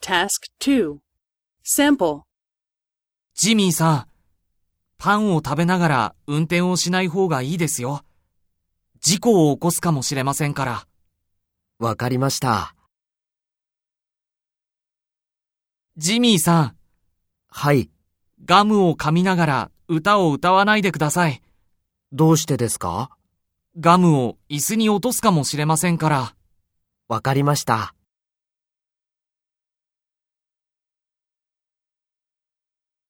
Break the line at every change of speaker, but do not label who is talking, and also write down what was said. Task 2. Sample.
ジミーさん、パンを食べながら運転をしない方がいいですよ。事故を起こすかもしれませんから。
わかりました。
ジミーさん、
はい。
ガムを噛みながら歌を歌わないでください。
どうしてですか
ガムを椅子に落とすかもしれませんから。
わかりました。